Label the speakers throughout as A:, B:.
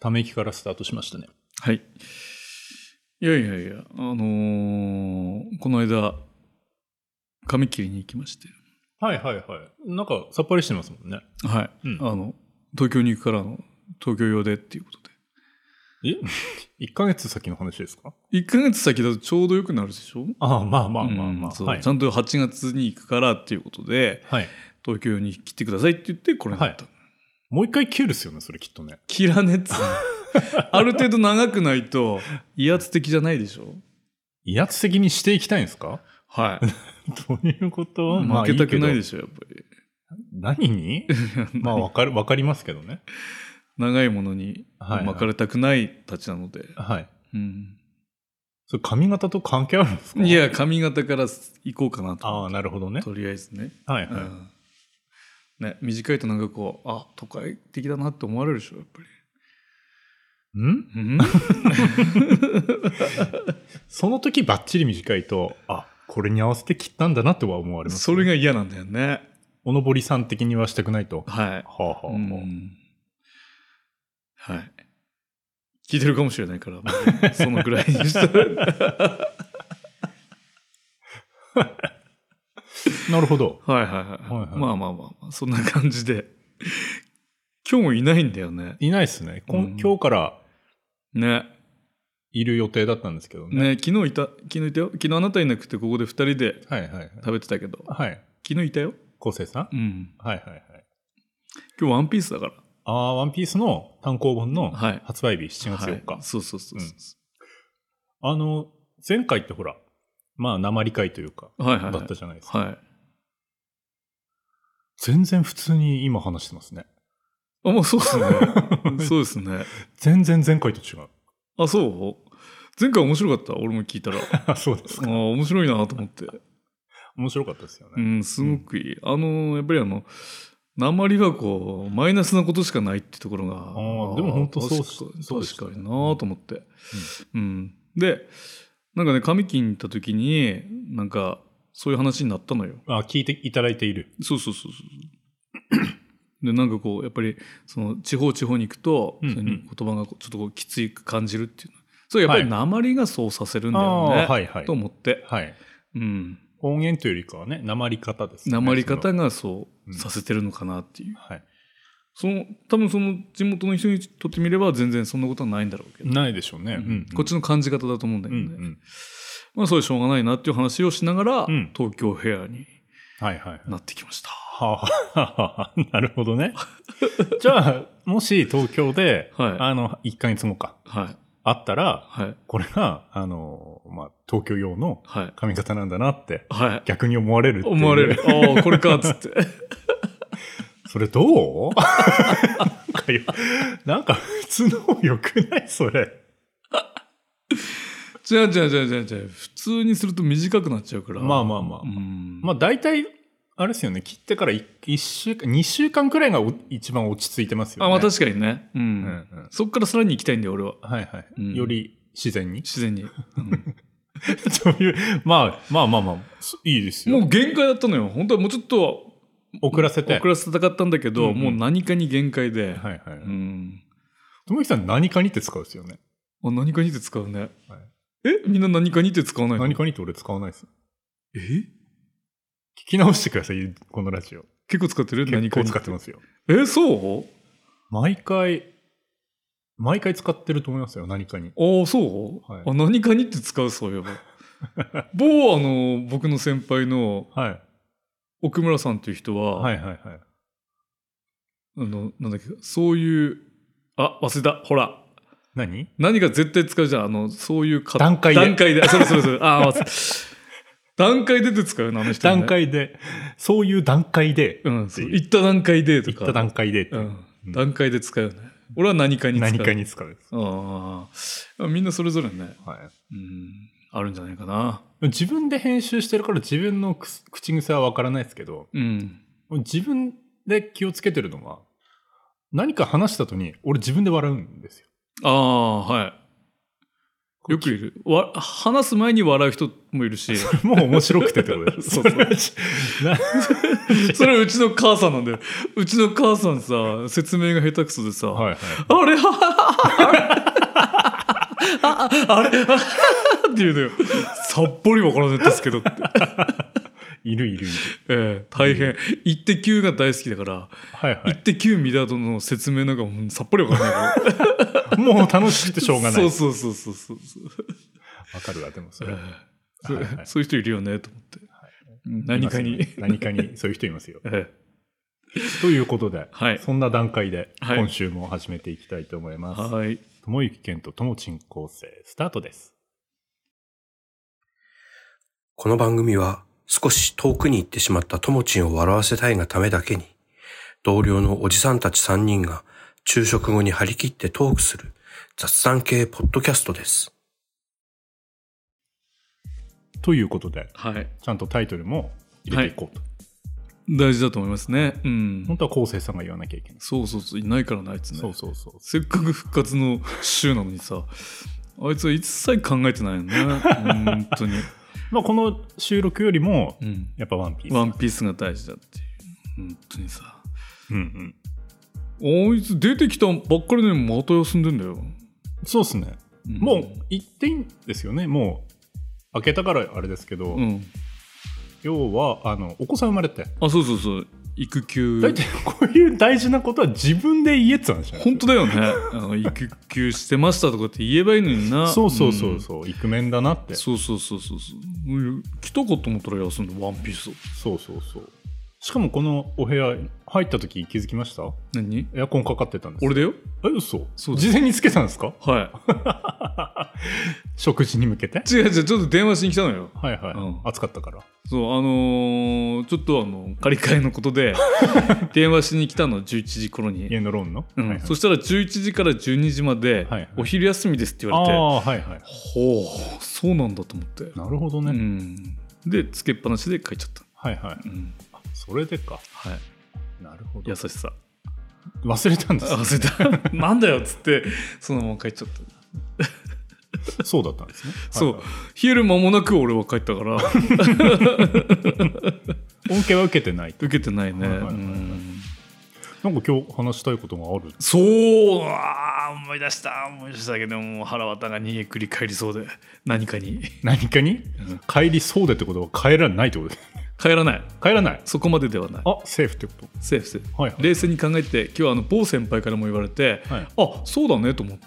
A: ため息からスタートしましたね。
B: はい。いやいやいや、あのーこの間、髪切りに行きまして。
A: はいはいはい。なんかさっぱりしてますもんね。
B: はい。
A: うん
B: あの、東京に行くからの、東京用でっていうことで。
A: え ?1 ヶ月先の話ですか
B: 1ヶ月先だとちょうどよくなるでしょ
A: ああ、まあまあまあ
B: う
A: ま
B: ん
A: あ。
B: そう
A: はい
B: ち。ゃんと8月に行くからっていうことで、
A: はい。
B: 東京に来てくださいって言って、これになった。
A: もう一回切るですよね、それきっとね。
B: 切らねっ つうのある程度長くないと、威圧的じゃないでしょ
A: 威圧的にしていきたいんですか
B: はい。
A: どういうこと。
B: 負けたくないですしょ、やっぱり。
A: 何 にまあわかる、わかりますけどね。
B: 長いものに
A: はいはい
B: 巻かれたくないたちなので。
A: はい。
B: うん
A: それ髪型と関係あるんですか
B: いや、髪型から行こうかなと。
A: ああ、なるほどね。
B: とりあえずね。
A: はいはい。
B: うんね、短いとなんかこう、あ、都会的だなって思われるでしょ、やっぱり。
A: ん
B: うん、
A: その時ばっちり短いと、あ、これに合わせて切ったんだなとは思われま す。
B: それが嫌なんだよね。
A: おのぼりさん的にはしたくないと。
B: はい。
A: はあ、はあはあ
B: うんはい。聞いてるかもしれないから、まあそのぐらいにした ら。
A: なるほど。
B: はいはいはい。
A: はいはい
B: まあまあまあまあ、そんな感じで。今日もいないんだよね。
A: いないですね、こん
B: うん
A: 今日から
B: ね。
A: いる予定だったんですけど
B: ね、
A: ね。
B: 昨日いた、昨日いたよ。昨日あなたいなくてここで二人で
A: はいはいはい。
B: 食べてたけど、
A: はい。
B: 昨日いたよ。
A: 昴生さん、
B: うん。
A: はいはいはい。
B: 今日ワンピースだから。
A: ああ、ワンピースの単行本の
B: はい
A: 発売日7月4日。
B: はいそうそうそうそ
A: あの、前回ってほら、まあ、鉛会というか、
B: う。はいはい
A: だ
B: はい。
A: ったじゃないですか。
B: はい。
A: 全然普通に今話してますね。
B: あ、もうそうですね。 そうですね。
A: 全然前回と違う。
B: あ、そう前回面白かった。俺も聞いたら。あ
A: あそうです
B: ー。面白いなと思って。
A: 面白かったですよね。
B: うん、すごくいい。あの、やっぱりあの、鉛はこう、マイナスなことしかないってところが。あ
A: ーでも本当そうっす
B: 確か
A: そうで
B: 確
A: した
B: かになと思って。うん、で、なんかね、髪切りに行った時に、なんか、そういう話になったのよ。
A: あ聞いていただいている。
B: そうそうそうそう。で、なんかこう、やっぱり、その、地方地方に行くと、
A: うんうん
B: それに言葉がこうちょっとこう、きつい感じるっていうの。それやっぱり
A: はい
B: 鉛がそうさせるんだ
A: あ
B: よね。
A: あー、はいはい
B: と。思って。
A: はい。
B: うん。
A: 音源というよりかはね、鉛方ですね。
B: 鉛
A: そ
B: 方
A: の
B: がそううんさせてるのかなっていう。
A: はい。
B: その、多分その地元の人にとってみれば全然そんなことはないんだろうけど。
A: ないでしょうね。うんうん
B: こっちの感じ方だと思うんだ
A: う
B: け
A: ん
B: ど
A: う
B: ね。
A: ん。
B: まあそれしょうがないなっていう話をしながら、
A: うん
B: 東京ヘアに
A: はいはいはい。
B: なってきました。
A: はあ、はあはあなるほどね。じゃあ、もし東京で、
B: はい
A: あの、1ヶ月後か、
B: はい。
A: あったら、
B: はい。
A: これが、あの、まあ、東京用の
B: はい。
A: 髪型なんだなって、
B: はい。
A: 逆に思われるっていう
B: 思われる。。ああ、これか、つって。
A: それどうなんかよなんか普通の方良くないそれ。
B: 違う違う違う違う違う。普通にすると短くなっちゃうから。
A: まあまあまあ
B: うん。
A: まあ大体、あれですよね、切ってから1週間、2週間くらいがお一番落ち着いてますよ
B: あ、
A: ね。
B: まあ確かにね。うん。
A: うんうん。
B: そっからさらに行きたいんだよ、俺は。
A: はいはい。
B: うん
A: より自然に。
B: 自然 に。うん
A: そういう、まあ、まあまあまあ、そいいですよ。
B: もう限界だったのよ。本当はもうちょっと
A: 遅らせて。
B: 遅らせたかったんだけど、
A: うんうん
B: もう何かに限界で、。
A: はいはいう
B: ん
A: ともきさん、何かにって使うですよね。
B: あ何かにって使うね、
A: はい
B: えみんな何かにって使わないの
A: 何かにって俺使わないです。
B: え
A: 聞き直してください、このラジオ。
B: 結構使ってる
A: 結
B: 何か
A: 構
B: に
A: 使ってますよ。
B: えそう
A: 毎回、毎回使ってると思いますよ、何かに。
B: ああそう、
A: はい
B: あ何かにって使うそういえば 某あの僕の先輩の
A: はい。
B: 奥村さんという人は、
A: はいはいはい。
B: あのなんだっけそういうあ忘れたほら
A: 何
B: 何か絶対使うじゃんあのそういうか
A: 段階で
B: 段階であそれそれそれああ忘れ 段階出て使うよねあの人、ね、
A: 段階で、そういう段階で、
B: うん、そう
A: っていう
B: 行った段階でと
A: 行
B: か。
A: った段階でって、
B: うん。段階で使うよね。俺は何かに使う。
A: 何かに使うです。
B: ああ。みんなそれぞれね、
A: はい。
B: うん、あるんじゃないかな。
A: 自分で編集してるから自分のくす口癖はわからないですけど、
B: うん。
A: 自分で気をつけてるのは、何か話した後に、俺自分で笑うんですよ。
B: ああ、はい。よくいるわ話す前に笑う人もいる し
A: もう面白くてってこと です。
B: そうそう
A: う。な
B: それうちの母さんなんだようちの母さんさ説明が下手くそでさ、
A: はいはい。
B: あれは ははああれ はははって言うのよさっぱりわからないですけどって、
A: いるいるいる。
B: ええ大変「イッテ Q!」が大好きだから
A: はい
B: 「イッテ Q!」見た後の説明なんかもうさっぱりわからないから
A: はい。もう楽しくてしょうがない。
B: そう
A: わ
B: そうそうそうそう
A: かるわ、でもそ
B: え
A: れ。
B: えそ
A: はいはい
B: そういう人いるよねと思って、何か
A: い
B: に、
A: ますよね何かに、そういう人い ますよ。
B: ええ
A: ということで、
B: はい
A: そんな段階で、
B: はい
A: 今週も始めていきたいと思います。
B: はい
A: ともゆきけんとともちん構成、スタートです。
C: この番組は少し遠くに行ってしまったともちんを笑わせたいがためだけに、同僚のおじさんたち3人が昼食後に張り切ってトークする雑談系ポッドキャストです。
A: ということで、
B: はい
A: ちゃんとタイトルも入れていこうと。
B: 大事だと思いますねうん
A: 本当は構成さんが言わなきゃいけない。
B: そうそうそういないからなあいつね
A: そうそうそう。
B: せっかく復活の週なのにさあいつは一切考えてないよね本当に、
A: まあ、この収録よりも、
B: うん、
A: やっぱワンピース。
B: ワンピースが大事だっていう本当にさ
A: うんうん。
B: あいつ出てきたばっかりなのにまた休んでんだよ、
A: そうですね。
B: ん
A: もう、行っていいんですよね。もう、開けたからあれですけど、
B: うん、
A: 要は、あの、お子さん生まれて、
B: あそうそうそう育休
A: 大体こういう大事なことは自分で言えってたんじゃない
B: 本当だよねあの育休してましたとかって言えばいいのにな
A: そうそうそ
B: ん
A: うそう、イクメンだなって。そ
B: そうそうそうそうそううん来たかと思ったら休んでワンピースを
A: うそうそう。しかもこのお部屋入った時気づきました
B: 何
A: エアコンかかってたんです
B: 俺だよ
A: え嘘
B: そうです
A: 事前につけたんですか
B: は
A: 食事に向けて
B: い 違う違うちょっと電話しに来たのよ
A: はいはい、
B: うん
A: 暑かったから
B: そう、あのーちょっとあの、借り換えのこと で、電話しに来たの、11時頃に。
A: 家のローンの、
B: うん
A: はいはい
B: そしたら11時から12時まで
A: はいはい、
B: お昼休みですって言
A: あ
B: われて、
A: あはいはい
B: ほう、そうなんだと思って。
A: なるほど
B: う
A: ね、
B: ん、で、つけっぱなしで帰っちゃった。
A: はいはい
B: うん、
A: それでか
B: はい。
A: なるほど
B: 優し さ。
A: 忘れたんで
B: あ
A: す
B: 忘れた。なんだよっつって、そのまま帰っちゃった。
A: そうだったんで すね、
B: そ
A: は
B: う
A: い。
B: 昼間もなく俺は帰ったから、
A: はい恩恵は受けてないと
B: 受けてないね。
A: はいはいはいは
B: う
A: い
B: ん
A: なんか今日話したいことがある
B: そうあー思い出した思い出したけどもう腹渡が煮えくり返りそうで何かに
A: 何かに、
B: ん
A: 帰りそうでってことは帰らないってことです
B: 帰らない
A: 帰らない
B: そこまでではない
A: あセーフってこ
B: セーフセーフ、
A: はいはい
B: 冷静に考えて今日はあの某先輩からも言われて、
A: はい
B: あそうだねと思って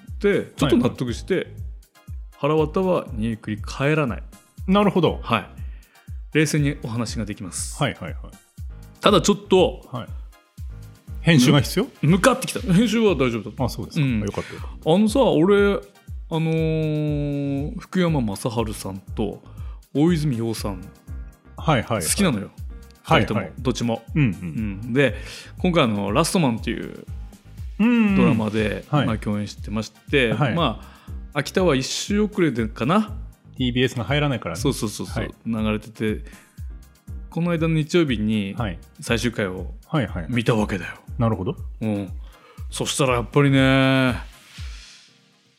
B: ちょっと納得して、腹渡は煮えくり返らない
A: となるほど
B: はい冷静にお話ができます、
A: はいはいはい
B: ただちょっと
A: はい。編集が必要、
B: 向かってきた編集は大丈夫だった
A: あ、そうですか。
B: うん
A: よかったよかっ
B: あのさ俺あのー福山雅治さんと大泉洋さん
A: た。はいはい、はい。
B: 好きなのよ、
A: はい
B: 二人とも、
A: はい
B: どっちも、
A: うんう。
B: うんん、で今回あの「ラストマン」っていう
A: うん。
B: ドラ。マで、
A: はい
B: まあ、共演してまして、
A: はい
B: まあ秋田は一周遅れでかな、
A: TBS が入らないから、ね。
B: そうそうそうそう、
A: はい
B: 流れててこの間の日曜日に
A: はい。
B: 最終回を
A: はいはい。
B: 見たわけだよ、
A: なるほど。
B: うん、そしたらやっぱりね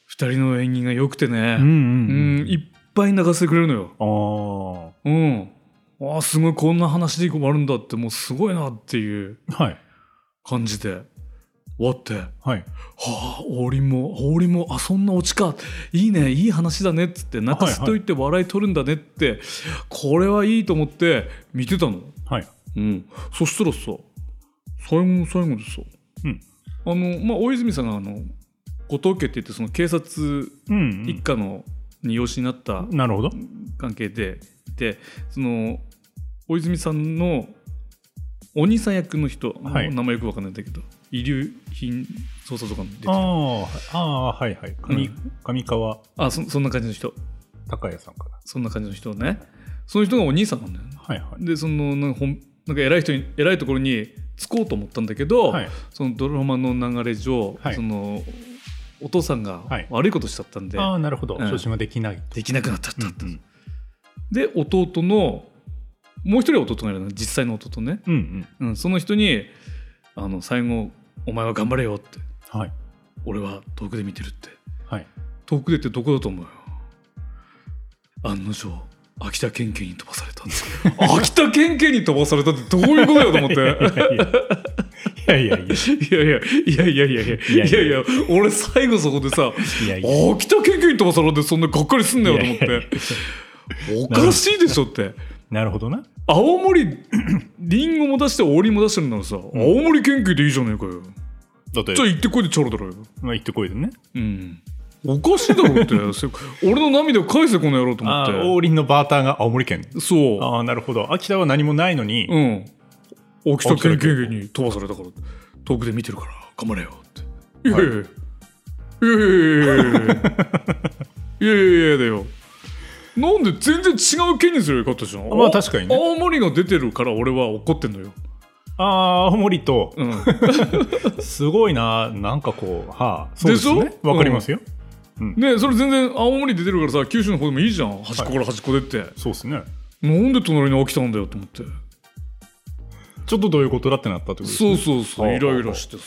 B: 二人の演技が良くてね、
A: うんうん
B: うん
A: うん。
B: いっぱい流してくれるのよ。
A: あ
B: うん。ああ、すごい、こんな話で終わるんだって、もうすごいなっていう
A: あ。はい。
B: 感じで終わって、は
A: はい。
B: あ、王林も、王林も、あ、そんなオチか、いいね、いい話だねっつって、泣かせといて笑い取るんだねって、これはいいと思って見てたの。
A: はい。
B: うん。そしたらさ、最後の最後でさ、
A: うん
B: あの、まあ、大泉さんが、あの、後藤家って言って、その警察
A: うん、
B: 一家の、に養子になった
A: うん。なるほど。
B: 関係ででその大泉さんのお兄さん役の人、
A: はい
B: 名前よくわかんないんだけど遺留品捜査とかに出て
A: あ
B: あ
A: あ、ああー、はいはい。上,、上川
B: あそそんな感じの人
A: 隆也さんから。
B: そんな感じの人ねその人がお兄さんなんだよね
A: はいはい。
B: でそのなんかほんなんか偉い人に偉いところにつこうと思ったんだけど、
A: はい。
B: そのドラマの流れ上、
A: はい
B: そのお父さんが
A: はい
B: 悪いことしちゃったんで、
A: ああ、なるほど。
B: うん
A: 昇進ができない。
B: できなくなっちゃったって、
A: うん
B: で弟のもう一人弟がいるの実際の弟ね、
A: うん。うん
B: うん、その人にあの最後「お前は頑張れよ」って
A: うん。はい。
B: 「俺は遠くで見てる」って
A: はい。
B: 遠くでってどこだと思うよ案の定秋田県警に飛ばされたんです 秋田県警に飛ばされたってどういうことやと思って い
A: やいや
B: や
A: いや。
B: いやいやいやいやいやい
A: いや
B: や
A: い
B: い
A: や
B: や俺最後そこでさ
A: いやいや
B: 秋田県警に飛ばされてそんながっかりすんなよと思っ
A: いやい
B: ておかしいでしょって
A: なるほどな。
B: 青 森りんごも出して王林も出してるならさ、
A: ん
B: 青森県警でいいじゃねえかよ
A: だって
B: じゃあ行ってこいでチャラだろよ
A: まあ、言ってこいでね。
B: うんおかしいだろ ってせ俺の涙を返せこの野郎と思
A: ああ、
B: っ
A: 王林のバーターが青森県。
B: てそう
A: ああ、なるほど。秋田は何もないのに、
B: うん。起きた県
A: 秋田県
B: 警に飛ばされたから、遠くで見てるから、頑張れよって。いや
A: はいい
B: やいやいやいやいやいやいやいやいやいやいやだよ。なんで全然違う県にすればよかったじゃん。
A: まあ確かにね
B: 青森が出てるから俺は怒ってんのよ。
A: ああ、青森と、
B: うん。だ
A: すごいな、なんかこう、はあ、そうです
B: でし
A: ね。
B: ょ
A: わかりますよ。
B: ねそれ全然青森出てるからさ、九州の方でもいいじゃん。端っこから端っこでって。
A: そうですね。
B: なんで隣に起きたんだよと思って。
A: ちょっとどういうことだってなったってことです
B: そ
A: ね。
B: うそうそう、
A: はあ
B: イライラしてさ、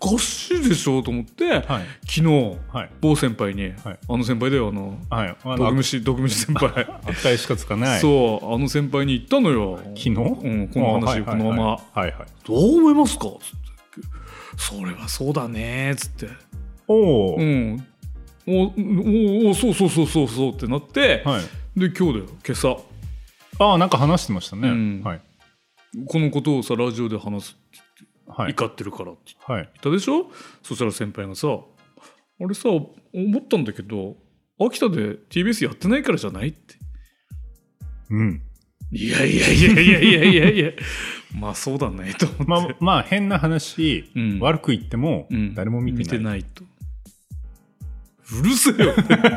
B: おかしいでしょと思って、
A: はい。
B: 昨日、
A: はい。
B: 某先輩に、
A: はい
B: あの先輩だよ、あの、
A: はい。あ
B: 毒
A: の、
B: 虫毒虫先輩、
A: 期待しかつかない。う。
B: そうあの先輩に言ったのよ昨
A: 昨日
B: うん、この話をこのまま、
A: はいはいはい。
B: どう思いますか?」つって「それはそうだね」つって
A: お
B: 「
A: お
B: う。んおおおそうそうそうそうそう」ってなって、
A: はい。
B: で今日だよ今朝
A: ああ、なんか話してました
B: うん
A: ね。はい。
B: このことをさラジオで話す、
A: はい。
B: 怒ってるからって
A: はい。
B: 言ったでしょそしたら先輩がさ「あれさ思ったんだけど秋田で TBS やってないからじゃない?」って
A: うん。
B: 「いやいやいやいやいやいやいや まあそうだね」と思って。
A: まあ、まあ、変な話、
B: うん
A: 悪く言っても
B: うん、
A: 誰も見てない。
B: とうるせえよ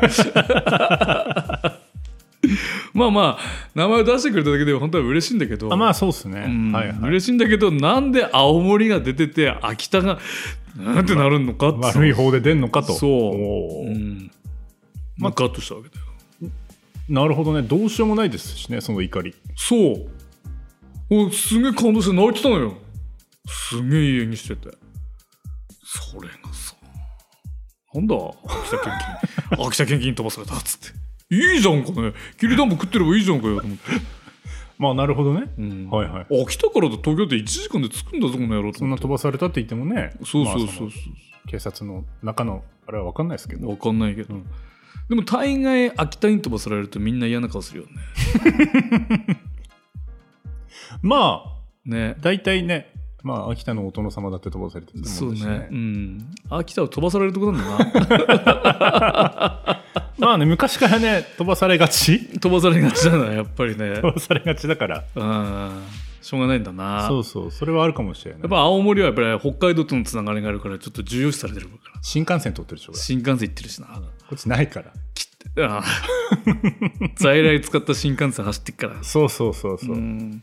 B: まあまあ名前を出してくれただけで本当は嬉しいんだけど
A: あまあ、そうですね。
B: うん
A: はいはい。
B: 嬉しいんだけどなんで青森が出てて秋田がなんてなるのかってさ
A: 悪い方で出んのかと。
B: そう
A: お
B: う
A: ー
B: んまあガッとしたわけだよ
A: なるほどね。どうしようもないですしね、その怒り。
B: そうおすげえ感動して泣いてたのよすげえいい演技しててそれがさなんだ 秋田県警に秋田県警に飛ばされたっつっていいじゃんかねきりたんぽ食ってればいいじゃんかよと思って、
A: まあ、なるほどね。
B: うん
A: はいはい。
B: 秋田からだと東京って1時間で着くんだぞこの野郎と
A: そん
B: 思
A: な
B: って
A: 飛ばされたって言ってもね、
B: そう
A: まあ
B: そうそう
A: の警察の中の、あれは分かんないですけど、
B: 分かんないけど、でも大概秋田に飛ばされるとみんな嫌な顔するよね
A: まあ、
B: ね
A: 大体ね、まあ、秋田のお殿様だって飛ばされてると
B: そう
A: 思う
B: ね
A: しね
B: うん秋田を飛ばされるとこなんだな
A: まあね、昔からね、飛ばされが ち
B: 飛ばされがちだなやっぱりね
A: 飛ばされがちだから、
B: うんしょうがないんだな
A: そうそう、それはあるかもしれない。
B: やっぱ青森はやっぱり北海道とのつながりがあるからちょっと重要視されてるから
A: 新幹線通ってるでしょ、こ
B: 新幹線行ってるしな
A: れこっちないから。
B: ああ 在来使った新幹線走ってっから
A: そうそうそうそうう。
B: ん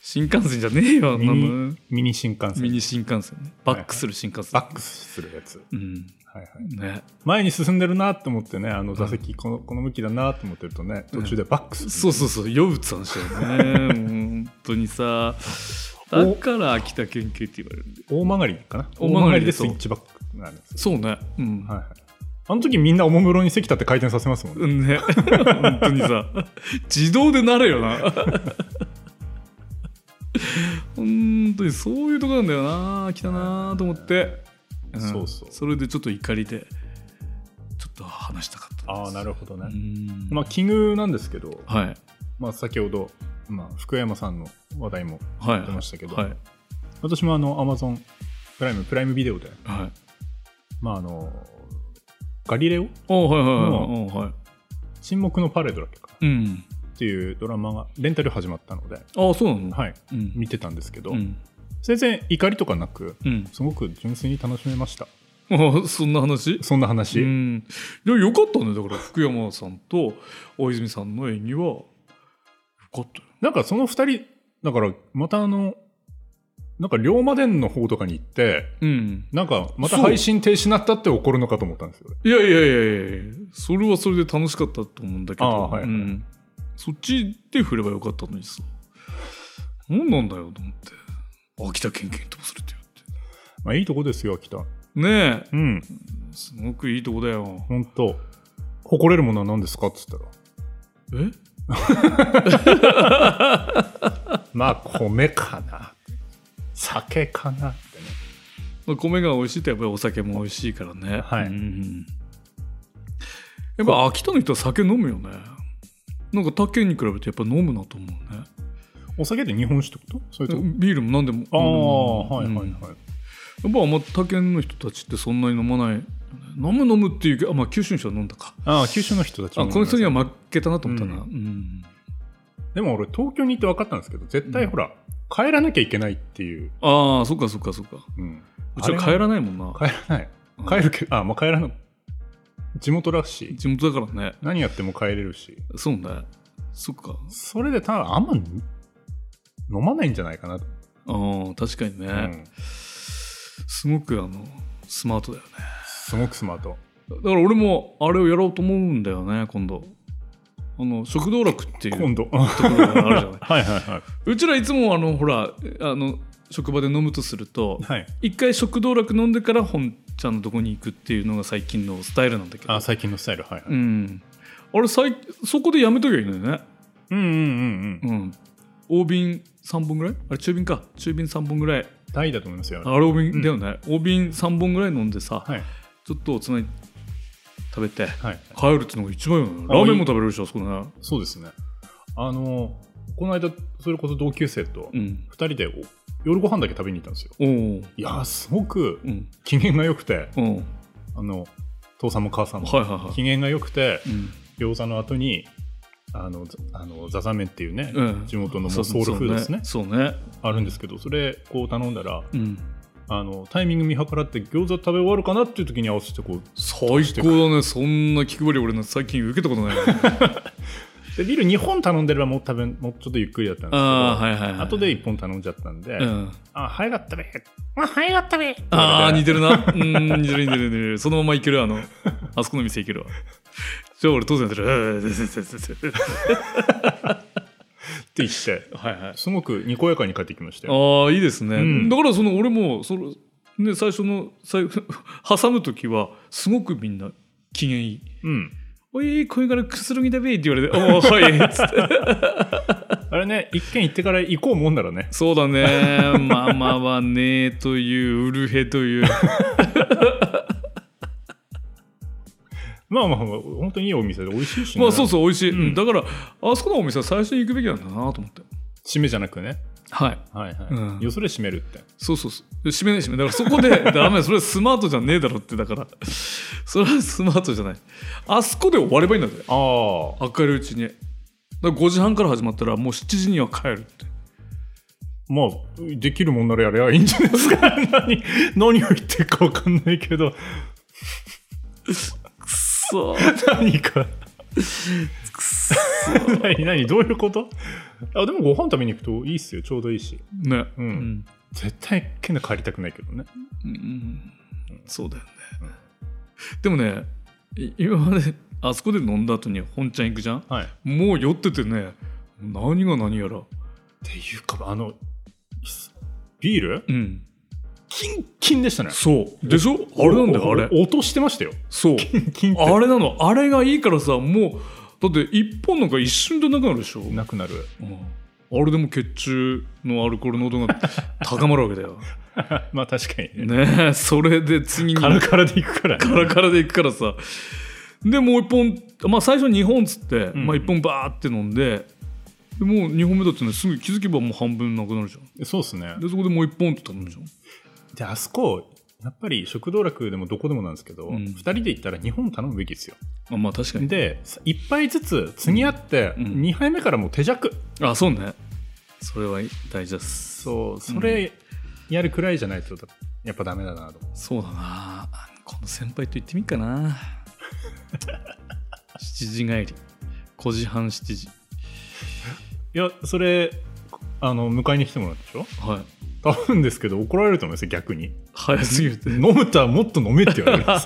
B: 新幹線じゃねえよあん
A: ミ
B: なの
A: ニミニ新幹
B: ミ
A: 線。
B: ニ新幹線ねバックする新幹線、
A: バックするやつ。
B: うん
A: はいはい、
B: ね
A: 前に進んでるなと思ってね、あの座席この,、この向きだなと思ってるとね、途中でバックする。
B: そうそうそう呼ぶって話だよねもう本当にさだから秋田県警って言われるんだよ
A: 大曲りかな
B: 大
A: 大
B: 曲
A: 曲
B: り
A: り
B: で
A: で
B: そう
A: スイッチバックなんですよ
B: そうねうん、
A: はいはい、あの時みんなおもむろに席立って回転させますもんね、
B: うんね本当にさ自動でなれよな本当にそういうとこなんだよな来たなと思って、ん
A: そうそう
B: それでちょっと怒りでちょっと話したかった
A: ああなるほどね、
B: うん
A: まあ奇遇なんですけど、
B: はい
A: まあ、先ほど、まあ、福山さんの話題も
B: はい
A: 出ましたけど、
B: はい
A: 私もあの Amazon プライムプライムビデオで、
B: はい
A: まあ、あのガリレオ
B: おはいはいはいお
A: も
B: はい
A: 沈黙のパレードだっけかな
B: うん
A: っていうドラマがレンタル始まったので、
B: ああそうなの、
A: はい、
B: うん
A: 見てたんですけど、
B: うん
A: 全然怒りとかなく
B: うん
A: すごく純粋に楽しめました
B: ああそんな話
A: そんな
B: う
A: 話、
B: ん、いやよかったねだから福山さんと大泉さんの演技はよかったよ
A: なんかその二人、だからまたあの、なんか龍馬伝の方とかに行って、
B: うん
A: なんかまた
B: そう
A: 配信停止になったって怒るのかと思ったんですよ。
B: いやいやいやいやいやそれはそれで楽しかったと思うんだけど、
A: ああはい
B: うん、そっちで振ればよかったのにさ何なんだよと思って秋田県警に飛ばされてよっ
A: まあいいとこですよ、秋田。
B: てねえ
A: うん、
B: すごくいいとこだよ
A: ほんと。誇れるものは何ですかっつったら、
B: え
A: まあ米かな酒かなってね
B: まあ米が美味しいってやっぱりお酒も美味しいからね。
A: はい
B: うんやっぱ秋田の人は酒飲むよね。なんか他県に比べてやっぱ飲むなと思うね。
A: お酒って日本酒ってことそれとも
B: ビールも何でも。
A: ああは
B: 何
A: い
B: でも
A: はい
B: うん
A: はい
B: やっぱあんま他県の人たちってそんなに飲まないよね。飲む飲むっていうけど、あまあ九州の人は飲んだか。
A: ああ九州の人たち
B: あ
A: も
B: この人には負けたなと思ったな。
A: うん
B: うん
A: でも俺東京に行って分かったんですけど絶対ほら、帰らなきゃいけないっていう、
B: ああ、そっかそっかそっか。
A: うん、
B: うちは帰らないもん
A: あ
B: な。
A: れは帰らない帰るけどあまあ帰らない地元らしい
B: 地元だからね。
A: 何やっても帰れるし
B: そうね。そっか。
A: それで多分あんま飲まないんじゃないかなと、
B: ああ、確かにね。
A: うん、
B: すごくあのスマートだよね
A: すごくスマート
B: だから俺もあれをやろうと思うんだよね今度あの食道楽っていう
A: 今
B: と
A: 度
B: ころがあるじゃない
A: はいはいは
B: うちらいつもあのほらあの職場で飲むとすると
A: いはい
B: 一回食道楽飲んでから本ちゃんのとこに行くっていうのが最近のスタイルなんだけど
A: あ最近のスタイルはいはい、
B: うんあれ最そこでやめときゃいいのよね
A: うん、うんうんうん
B: うん大瓶3本ぐらいあれ中瓶か中瓶3本ぐらい
A: 大だと思いますよ
B: あれ大瓶だよね、大瓶3本ぐらい飲んでさ、
A: はい
B: ちょっとおつまみ食べて
A: はい
B: 帰るってのが一番いいよねラーメンも食べれるしあそこね
A: そうですねあのこの間それこそ同級生と
B: うん
A: 2人でお夜ご飯だけ食べに行ったんですよ
B: おお
A: いやーすごく
B: うん
A: 機嫌が良くて
B: うんはい
A: あの父さんも母さんも、
B: はいは
A: 機嫌が良くて
B: いうん
A: 餃子の後にあのざあのザザメっていうね、
B: うん
A: 地元のもう
B: そう
A: ソウルフードですね
B: そうね
A: あるんですけどそれこう頼んだら
B: そうねうん
A: あのタイミング見計らって餃子食べ終わるかなっていう時に合わせてこう
B: 最高だねそんな気配り俺の最近受けたことない
A: でビール2本頼んでればもう食べもうちょっとゆっくりだったんですけど
B: ああはいはいはい
A: 後で1本頼んじゃったんで、
B: うん
A: あ早かったべあ早かったべって言わ
B: ああ
A: れ
B: 似
A: て
B: てるなうん似てる似てる似てるそのままいけるあ のあそこの店いけるわじゃあ俺当然やってるうんうんうんうん
A: って言って
B: はいはい
A: すごくにこやかに帰ってきましたよ
B: ああいいですね、
A: うん
B: だからその俺もその、ね、最初の最 挟む時はすごくみんな機嫌いい
A: うん
B: 「おいこれからくするぎだべ」って言われて「おーはい」っつって
A: あれね一軒行ってから行こうもんならね
B: そうだ ねママはねえといううるへという
A: まあまあまあ本当にいいお店で美味しいし、ね、
B: まあそうそう美味しい、
A: うん
B: だからあそこのお店は最初に行くべきなんだなと思って
A: 締めじゃなくね
B: はい
A: はいはい、
B: うん
A: よそで締めるって
B: そうそうそう閉めない閉めないだからそこで ダメそれはスマートじゃねえだろってだからそれはスマートじゃないあそこで終わればいいんだぜ
A: ああ
B: 明るいうちにだから5時半から始まったらもう7時には帰るって
A: まあできるもんならやればいいんじゃないですか 何何を言ってるか分かんないけど
B: くそ
A: 何か 何何どういうことあでもご飯食べに行くといいっすよちょうどいいし
B: ね
A: うん絶対県で帰りたくないけどね
B: うん、うんそうだよね、でもねい今まであそこで飲んだ後に本ちゃん行くじゃん
A: はいっ
B: もう酔っててね何が何やら
A: ていうかあのすビール
B: うん
A: キンキンでしたね
B: そうでしょあれなんだよあれ
A: おお音してましたよ
B: そう
A: キンキンって
B: あれなのあれがいいからさもうだって一本なんか一瞬でなくなるでしょ、うん、
A: なくなる
B: あれでも血中のアルコール濃度が高まるわけだ よ
A: まあ確かにね
B: ねえそれで次に
A: カラカラでいくからね
B: カラカラでいくからさでもう一本まあ最初2本つって、
A: ん
B: まあ、1本バーって飲んででもう2本目だってねすぐ気づけばもう半分なくなるじゃん
A: そうですね
B: でそこでもう1本って頼むじゃん
A: であそこやっぱり食道楽でもどこでもなんですけど、
B: う
A: 二
B: ん
A: 2人で行ったら2本頼むべきですよ
B: まあまあ確かに
A: で1杯ずつ継ぎ合って
B: うんうん
A: 2杯目からもう手弱、
B: あそうねそれは大事です
A: そうそれやるくらいじゃないとやっぱダメだなと思
B: そうだなこの先輩と言ってみっかな 7時帰り5時半7時
A: ういやそれあの迎えに来てもらったでしょ
B: はい
A: 多分ですけど怒られると思いますよ逆に
B: 早すぎるって
A: 飲むとはもっと飲めって言われるんで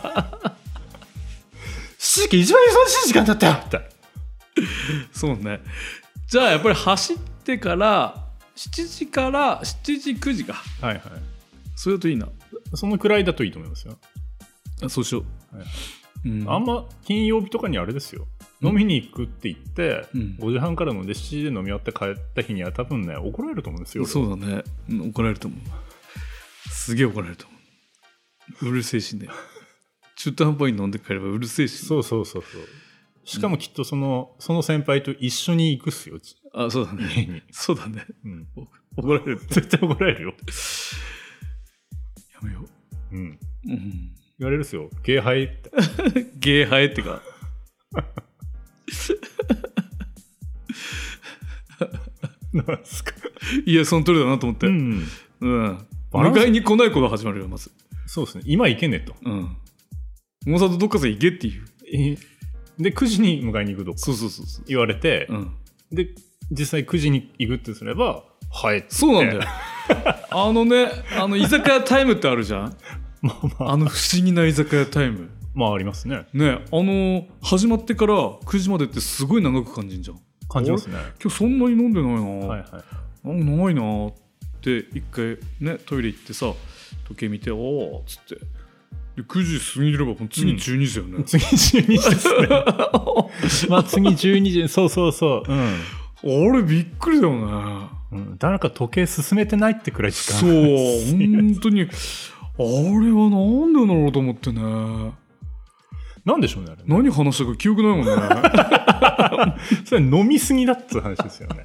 A: す正直一番忙しい時間だったよって
B: そうねじゃあやっぱり走ってから7時から7時9時か
A: はいはい
B: それだといいな
A: そのくらいだといいと思いますよ、
B: あそうしよ、
A: はいはいう
B: うん、
A: あんま金曜日とかにあれですよ飲みに行くって言って、
B: うん
A: 5時半から飲んで7時で飲み終わって帰った日には多分ね怒られると思うんですよ
B: そうだねうん怒られると思うすげえ怒られると思ううるせえ しね中途半端に飲んで帰ればうるせえし、
A: そうそうそうそうしかもきっとそのその先輩と一緒に行くっすよ、
B: あそうだね
A: 家に、
B: そうだね
A: うん、
B: お怒られる
A: 絶対怒られるよ、
B: やめよ
A: うん、
B: う、うん、
A: 言われるっすよゲーハイって
B: ゲーハエってか
A: なんすか、
B: いやその通りだなと思って、
A: う
B: うん
A: ん、バランス
B: 迎えに来ない子が始まるよまず
A: そうですね今行けねえと
B: うん大里どっかさん行けっていう
A: で9時に迎えに行くと
B: そうそうそうそう
A: 言われて、
B: うん、
A: で実際9時に行くってすればはい
B: そうなんだよあのねあの居酒屋タイムってあるじ ゃん
A: まあまあ
B: あの不思議な居酒屋タイム
A: まあありますね
B: ねあの始まってから9時までってすごい長く感じんじゃん
A: 感じますね
B: 今日そんなに飲んでないな、
A: はいはい
B: なんか長いなって一回ねトイレ行ってさ時計見て「おーっつってで9時過ぎればもう次
A: うん
B: 12時だよね、
A: 次12時ですね まあ次12時そうそう そううん
B: あれびっくりだよね
A: うん、誰か時計進めてないってくらい時間
B: そう本当にあれはなんでだろうと思ってね
A: なんでしょうねあれね
B: 何話したか記憶ないもんね
A: それ飲みすぎだっつう話ですよね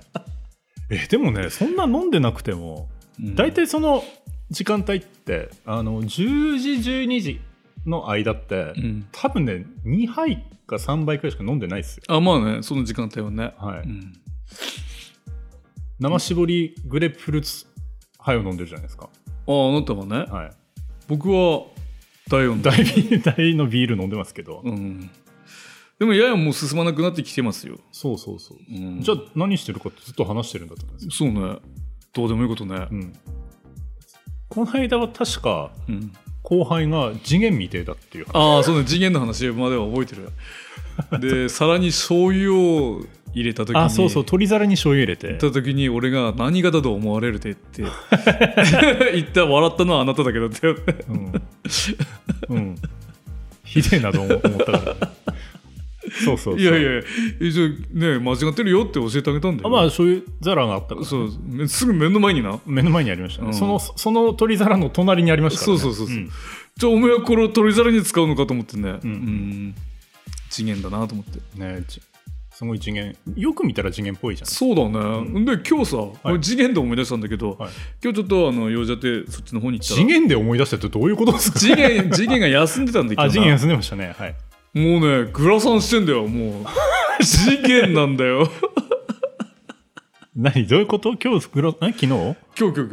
A: えでもねそんな飲んでなくても
B: うん
A: 大体その時間帯ってあの10時12時の間って、
B: うん
A: 多分ね2杯か3杯くらいしか飲んでないですよ、
B: あまあねその時間帯はね、
A: はい
B: うん、
A: 生搾りグレープフルーツ杯を飲んでるじゃないですか、
B: あああなたはね
A: はい、
B: 僕は大音
A: 大 ビ大のビール飲んでますけど、
B: うんでもややもう進まなくなってきてますよ、
A: そうそうそう
B: うん
A: じゃあ何してるかってずっと話してるんだと思いますよ、
B: そうねどうでもいいことね
A: う、ん、この間は確か
B: うん
A: 後輩が次元未定だっていう話
B: ああそうね次元の話までは覚えて るで皿に醤油を入れた時に
A: あそうそう鶏皿に醤油入れて
B: 言った時に俺が何がだと思われるでって 言った笑ったのはあなただけだったよね
A: うん、うん、ひでえなと思思ったからそうそうそう
B: いやいやいや一応ね間違ってるよって教えてあげたんだよ
A: あまあ醤油皿があったから
B: そうめすぐ目の前にな
A: 目の前にありましたね、
B: うん
A: そのその鶏皿の隣にありましたから、
B: そう
A: ね、
B: そうそうそうんじゃあお前はこれを取り皿に使うのかと思ってねうんん次元だなと思って
A: ねちすごい次元よく見たら次元っぽいじゃん
B: そうだね、
A: ん
B: で今日さ、俺次元で思い出したんだけど、
A: はい
B: 今日ちょっとあの用事あってそっちの方に行ったら
A: 次元で思い出したってどういうことですか
B: 次元次元が休んでたんだけど
A: あ
B: な
A: 次元休んでましたねはい
B: もうねグラサンしてんだよも う次元なんだよ
A: 何どういうこと今日グラえ昨日あ
B: 今日今日今日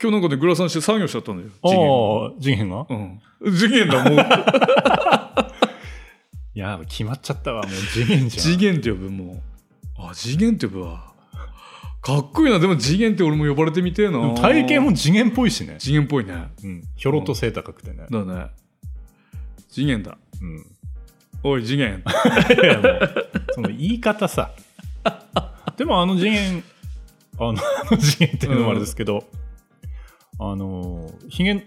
B: 今日なんかねグラサンして作業しちゃったんだよ次元
A: あ次元が、
B: うん次元 だもう
A: いや決まっちゃったわもう次元じゃん
B: 次元って呼ぶもうあ次元って呼ぶわかっこいいなでも次元って俺も呼ばれてみてえ
A: で
B: な
A: も体型も次元っぽいしね、
B: 次元っぽいね
A: うん、ひょろっと背高くてね、
B: だね次元だ
A: うん、
B: おい次 元
A: いやもうその言い方さでもあの次元あのあの次元っていうのもあれですけど、あのひげ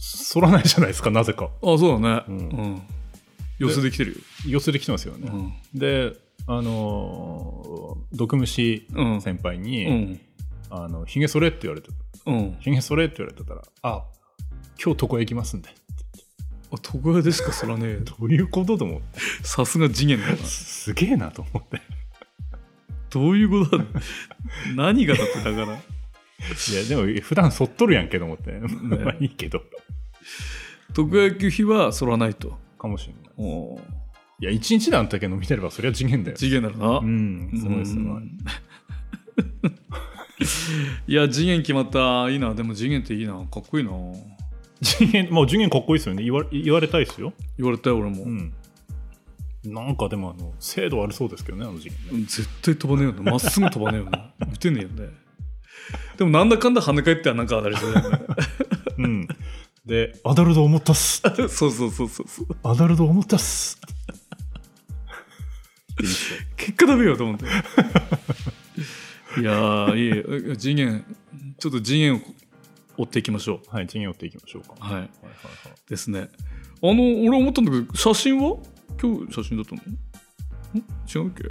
A: 剃らないじゃないですかなぜか
B: あそうだねう、
A: うんん
B: 寄せできてるよ
A: 寄せてきてますよね、
B: うん
A: であの毒虫
B: うん
A: 先輩に「
B: うん
A: あのひげ剃れ」って言われて
B: うん
A: 「ひげ剃れ」って言われてたら「あ今日床へ行きますんで
B: あ床屋でしかそらねえ」よ
A: どういうことと思って
B: さすが次元だな
A: すげえなと思って
B: どういうことだ何がだってだから
A: いやでも普段剃っとるやんけと思って、まあいいけど
B: 徳川給費はそらないと
A: かもしれない
B: おー
A: いや、一日なんだけ飲みてれば、そりゃ次元だよ。
B: 次元だろ
A: う
B: な、
A: ん、すごいすご
B: う
A: い。
B: ん いや次元決まったいいなでも次元っていいなかっこいいな
A: 次元、まあ、次元かっこいいですよね。言わ言われたいですよ。
B: 言われたよ俺も、
A: うん。なんかでも、あの、精度ありそうですけどね、あの次元ね。
B: 絶対飛ばねえよなまっすぐ飛ばねえよな打てねえよねでもなんだかんだ跳ね返ってはなんか当たりそうだよね
A: うん。で、アダルド思ったっす。
B: そうそうそうそうそう
A: アダルド思ったっす。
B: 結果食べようと思っていやーいいえ次元ちょっと次元を追っていきましょ
A: はい、次元追っていきましょうか。
B: う
A: はい
B: はい
A: はいはい
B: ですねあの俺思ったんだけど写真は今日写真だったの違うっけ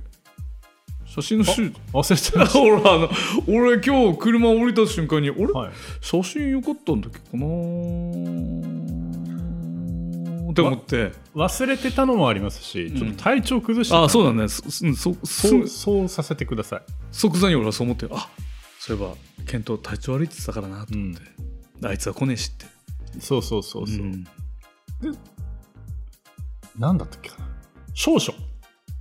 B: 写真のシート
A: 忘れてま し
B: ほらあの俺今日車降りた瞬間に俺、
A: た。はい。
B: 写真良かったんだっけかなーって思って、
A: 忘れてたのもありますし、ちょっと体調崩してた、
B: ああそうだねそそそ
A: そう、そうさせてください。
B: 即座に俺はそう思ってあそういえば健闘体調悪いって言ってたからなと
A: う
B: 思
A: ん
B: って、あいつは来ねえしって
A: そうそうそうそう。
B: ん
A: なんだったっけかな。少々。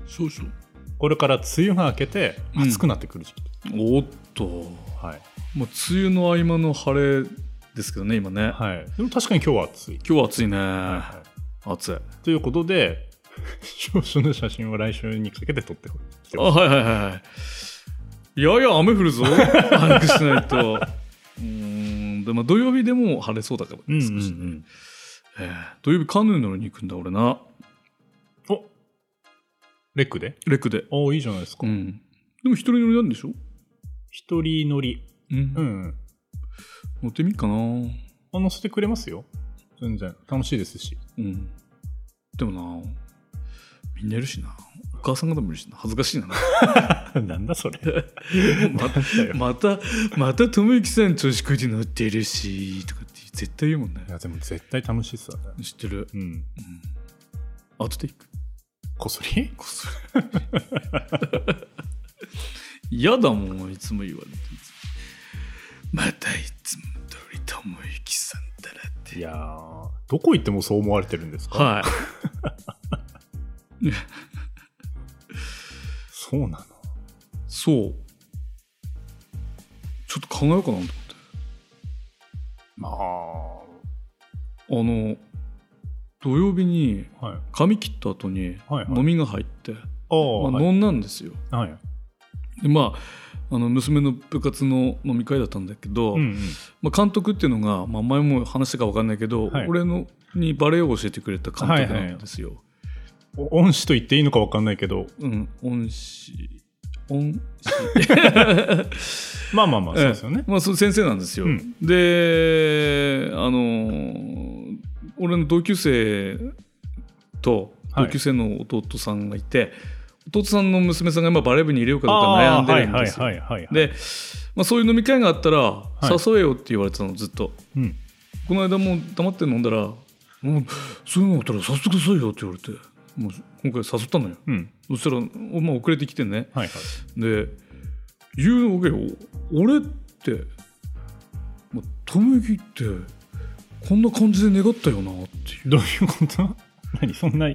B: 少々
A: これから梅雨が明けて
B: うん
A: 暑くなってくる時期。
B: おっと
A: はい。
B: もう梅雨の合間の晴れですけどね今ね、
A: はい。でも確かに今日は暑い。
B: 今日は暑いね、
A: は
B: 暑い
A: いということで、少々の写真は来週にかけて撮ってきて
B: あ
A: ます
B: はいはいはいはいやや雨降るぞ 早くしないとうーんで、まあ、土曜日でも晴れそうだから、ね
A: うんうんうん
B: 少しねえー土曜日カヌー乗りに行くんだ俺な
A: おレックで
B: レックで
A: おいいじゃないですか
B: う。んでも一人乗りなんでしょ、
A: 一人乗り。
B: うん
A: うん。
B: 乗ってみっかな
A: あ乗せてくれますよ。全然。楽しいですし。
B: うんでもなみんないるしなお母さん方もいるしな恥ずかしいな
A: なんだそ れ。
B: また またまた友之さん調子こいて乗ってるしとかって絶対言うもんね
A: いや、でも絶対楽しいっすわね。
B: 知ってる
A: うん。
B: 後で行く
A: こそり
B: こっそり嫌だもんいつも言われていつもまたいつも通り友之さんだらって
A: いやー、どこ行ってもそう思われてるんですか、
B: はい
A: そうなの。
B: そうちょっと考えようかなと思って
A: まあ、
B: あの土曜日に
A: はい。
B: 髪切った後に
A: はいはい
B: 飲みが入って、
A: ああ、
B: ま
A: は
B: あ、
A: い
B: 飲んだんですよ、
A: はい。
B: でまああの娘の部活の飲み会だったんだけど、
A: うんうん。
B: まあ、監督っていうのが、まあ、前も話したか分かんないけど、
A: はい
B: 俺のにバレエを教えてくれた監督なんですよ。
A: お恩師と言っていいのか分かんないけど、
B: うん、恩師恩
A: まあまあまあ、
B: ええ
A: そうですよね。
B: まあ、その先生なんですよ。
A: うん
B: であのー俺の同級生と
A: はい
B: 同級生の弟さんがいて、弟さんの娘さんが今バレー部に入れようかどうか悩んでるんですよ。
A: はいはいはいはい、はい。、
B: で、まあ、そういう飲み会があったら
A: い
B: 誘えよって言われてたのずっと。
A: うん、
B: この間も黙って飲んだら「もうそういうのあったらさせてくださいよ」って言われてもう今回誘ったのよ
A: うん、
B: そしたら、おまあ、遅れてきてね
A: はいはい。
B: で言うわけよ俺ってまあ友幸ってこんな感じで願ったよなっていう
A: どういうこと 何そんな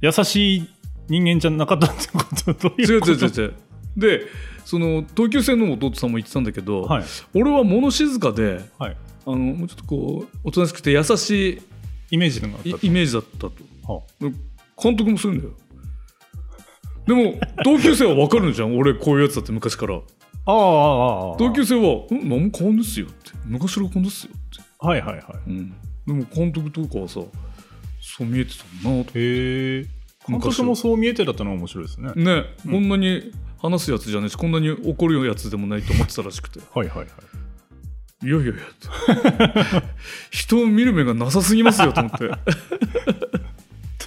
A: 優しい人間じゃなかったってことどうい
B: 違う
A: うこと
B: 違う違う違うでその同級生の弟さんも言ってたんだけど、
A: はい、
B: 俺は物静かで
A: はい。
B: あのもうちょっとこうおとなしくて優し
A: イメージのがあった
B: い
A: と
B: イメージだったと。
A: は
B: 監督もするんだよでも同級生は分かるじゃん俺こういうやつだって昔から
A: ああああああ。
B: 同級生は「うん何も変わんですよ」って「昔からこんですよ」って、
A: はいはいはい。
B: うん、でも監督とかはさそう見えてたもんなと
A: へえ。監督もそう見えてたってのは面白いですね。
B: ね、
A: うん
B: こんなに話すやつじゃないしこんなに怒るやつでもないと思ってたらしくて
A: はいはいはい。
B: 「いやいやいや」と 人を見る目がなさすぎますよ」と思 って。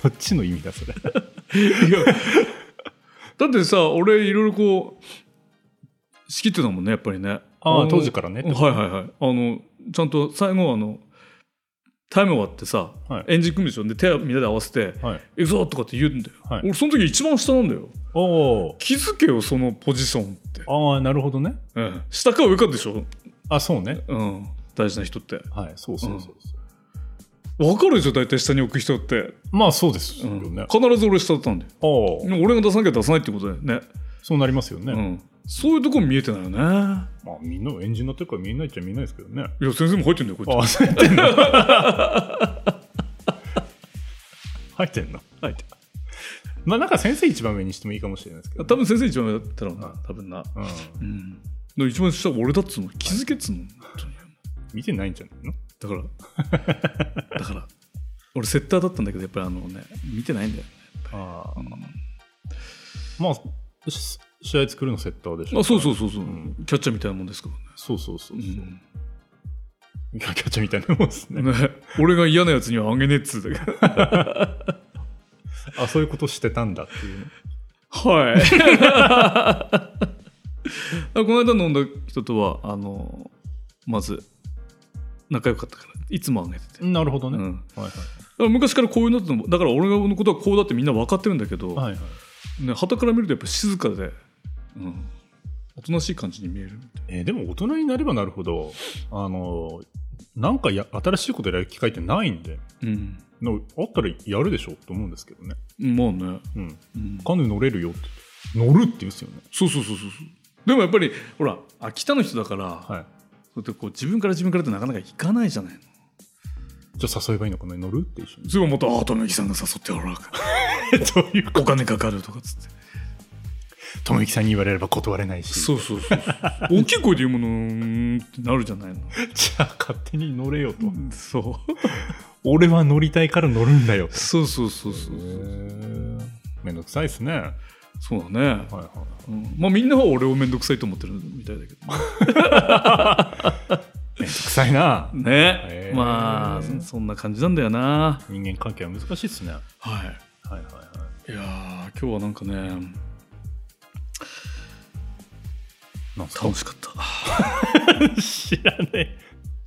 A: どっちの意味だそ れ。
B: いやだってさ俺いろいろこう仕切ってたもんねやっぱりね
A: ああ
B: の
A: 当時からねってこ
B: はいはいはいあのちゃんと最後あのタイム終わってさ、
A: はい
B: エンジン組むでしょで手をみんなで合わせて
A: はい。
B: 「行くぞ!」とかって言うんだよ、
A: はい
B: 俺その時一番下なんだよ
A: おお。
B: 気づけよそのポジションって、
A: ああ、なるほどね。
B: ええ下か上かでしょ、
A: あそうね。
B: うん、大事な人って
A: はい、そうそうそうそう。
B: 分かるでしょ大体下に置く人って、
A: まあそうです
B: う
A: よ
B: ん
A: ね。
B: 必ず俺下だったんだよ
A: ああ。
B: でも俺が出さなきゃ出さないってことだよね
A: そうなりますよね。
B: うん、そういうとこ見えてないよね
A: まあ、みんな、エンジンのってるから見えないっちゃ見えないですけどね。
B: いや先生も入ってんだよこっち
A: あ、入ってんの 入ってんの
B: 入って
A: まあ、なんか先生一番上にしてもいいかもしれないですけど、
B: 多分先生一番上だったろうな多分な
A: うん。
B: うんで一番下は俺だっつうの気づけっつうの本当に
A: 見てないんじゃないの
B: だから だから俺セッターだったんだけどやっぱりあのね見てないんだよね
A: あ
B: あ
A: あ。まあ、し試合作るのセッターでしょ。。
B: あそうそううそうそう、
A: ん
B: キャッチャーみたいなもんですから
A: そうそうそうそう。
B: ね
A: キャキャッチャーみたいなもんです
B: う
A: ね
B: ん。ね 俺が嫌なやつにはあげねえっつうだけど
A: あ、そういうことしてたんだっていうね。
B: はい。 この間飲んだ人とは、あの、まず、仲良かったから、いつもあげてて。
A: なるほどね。
B: うん
A: は
B: だ
A: い
B: から昔からこういうのってのもだから俺のことはこうだってみんな分かってるんだけど、
A: はい。はいはい、
B: ね、旗から見るとやっぱ静かで、うん、おとなしい感じに見える
A: えーでも大人になればなるほど、あの、なんかや新しいことやる機会ってないんで、
B: うん
A: のあったらやるでしょと思うんですけどね。
B: まあね、
A: うん。
B: うん
A: カヌー乗れるよって言って。乗るって言うんですよね。
B: そうそうそうそうそうでもやっぱりほら秋田の人だから、
A: は
B: そ
A: い。
B: うやってこう自分から自分からってなかなか行かないじゃないの
A: じゃあ誘えばいいのかな乗るって一緒に。
B: すごいまたあとめきさんが誘ってほら
A: という
B: お金かかるとかっつって
A: ともゆきさんに言われれば断れないし。
B: そうそうそうそう大きい声で言うものうーんってなるじゃないの
A: じゃあ勝手に乗れよと。
B: そう
A: 俺は乗りたいから乗るんだよ。
B: そうそうそうそう
A: めんどくさいですね。はい
B: そうだね、
A: は
B: うんまあみんなは俺を面倒くさいと思ってるみたいだけど
A: い。めんどくさいな。
B: ね、
A: へー
B: まあそそんな感じなんだよな
A: 人間関係は難しいっすね。は
B: はい
A: はいはい
B: いやー今日はなんかね
A: い。なんすか
B: 楽しかった
A: 知らねえ。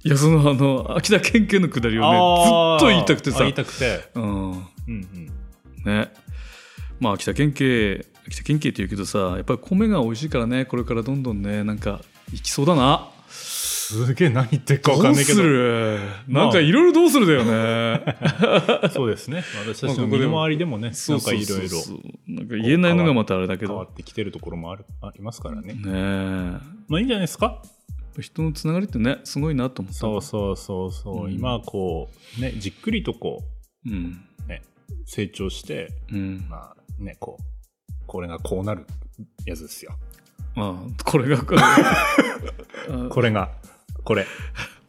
B: いやそのあの秋田県警のくだりを
A: あ
B: ね
A: ー
B: ずっと言いたくて
A: あ
B: さ
A: 言いたくて。
B: うん
A: うんうん。
B: ねまあ秋田県警秋田県警って言うけどさやっぱり米が美味しいからねこれからどんどんねなんかいきそうだな
A: すげえ何言ってるか
B: ど
A: 分かん
B: う
A: ないけ
B: す
A: ど。
B: るなんかいろいろどうするだよ ね
A: そうですね。私たち
B: まあここ
A: の身
B: でも
A: の回りでもね、なんかいろいろ
B: そうそうそうなんか言えないのがまたあれだけ
A: 変わ
B: ど
A: ってきてるところもあるありますからね。
B: ねえ
A: まあいいんじゃないですか
B: 人のつながりってねすごいなと思った
A: そうそうそうそう。
B: うん
A: 今はこう、ね、じっくりとこ
B: うん
A: う、ね、成長して、
B: うんあ
A: まあね、こう、これがこうなるやつですよ。
B: あこれが あ
A: これが、これ。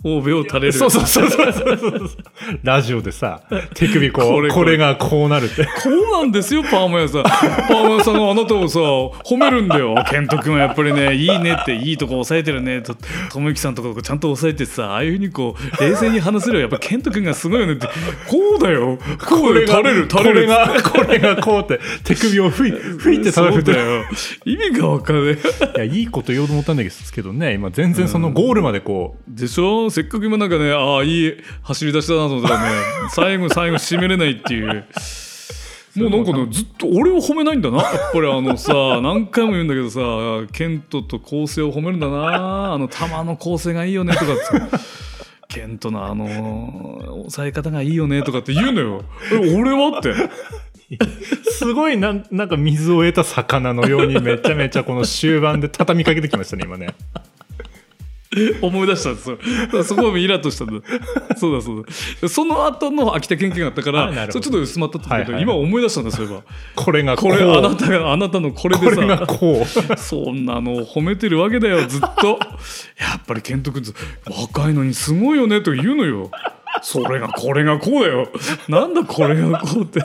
B: 欧米を垂れる
A: そうそうそうそうそうそうそう。 ラジオでさ、手首こう、
B: こ
A: こ
B: れ
A: れ
B: これ
A: がこうなるって。
B: そうなんですよパーマ屋さんパーマ屋さんのあなたをさ褒めるんだよ 健人君はやっぱりねいいねっていいとこ抑えてるねと友之さんとかちゃんと抑えてさああいうふうにこう冷静に話せるよやっぱ健人君がすごいよねってこうだよこうだよ垂れる垂れる
A: これが、これがこうって、手首を 吹い吹いて
B: そ
A: 垂れ
B: う
A: て
B: だよ意味がわかんない
A: いや、いいこと言おうと思ったんですけどね、今全然そのゴールまでこう、
B: でしょせっかく今なんかねああいい走り出しだなと思ったら ね最後最後締めれないっていうもうなんかねずっと俺を褒めないんだなやっぱりあのさ何回も言うんだけどさケントと構成を褒めるんだなあの球の構成がいいよねとかってケントのあの抑え方がいいよねとかって言うのよえ俺はって
A: すごいなん、なんか水を得た魚のようにめちゃめちゃこの終盤で畳みかけてきましたね、今ね。
B: 思い出したんですよ。だからそこもイラッとしたんだ。そうだそうだ。その後の秋田県警があったか
A: あな
B: ら、
A: る
B: そ
A: ほど
B: れちょっと薄まったって
A: はい
B: け
A: はい
B: ど、
A: はい
B: 今思い出したんだ、そういえば。
A: これがこ
B: こ
A: う。
B: れあなたがあなたのこれ
A: こ
B: で
A: れが
B: さ
A: こう。
B: そんなのを褒めてるわけだよずっ とやっぱり健人君ず若いのにすごいよねと言うのよそれがこれがこうだよなんだこれがこうって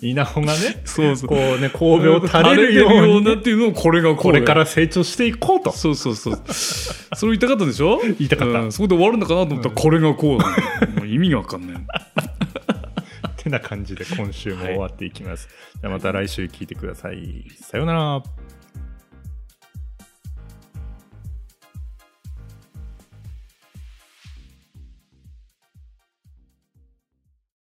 A: 稲穂がね、
B: そうそう
A: こうね、神戸を垂れるように、
B: なっていうのをこれがこ
A: こ
B: うだ
A: れ
B: よ
A: から成長していこうと。
B: そうそうそうそれ言いたかったでし ょ言
A: いたかった
B: そこで終わるのかなと思ったらこれがこうだよも う意味がわかんない
A: ってな感じで今週も終わっていきます。じゃあまた来週聞いてください。さようなら。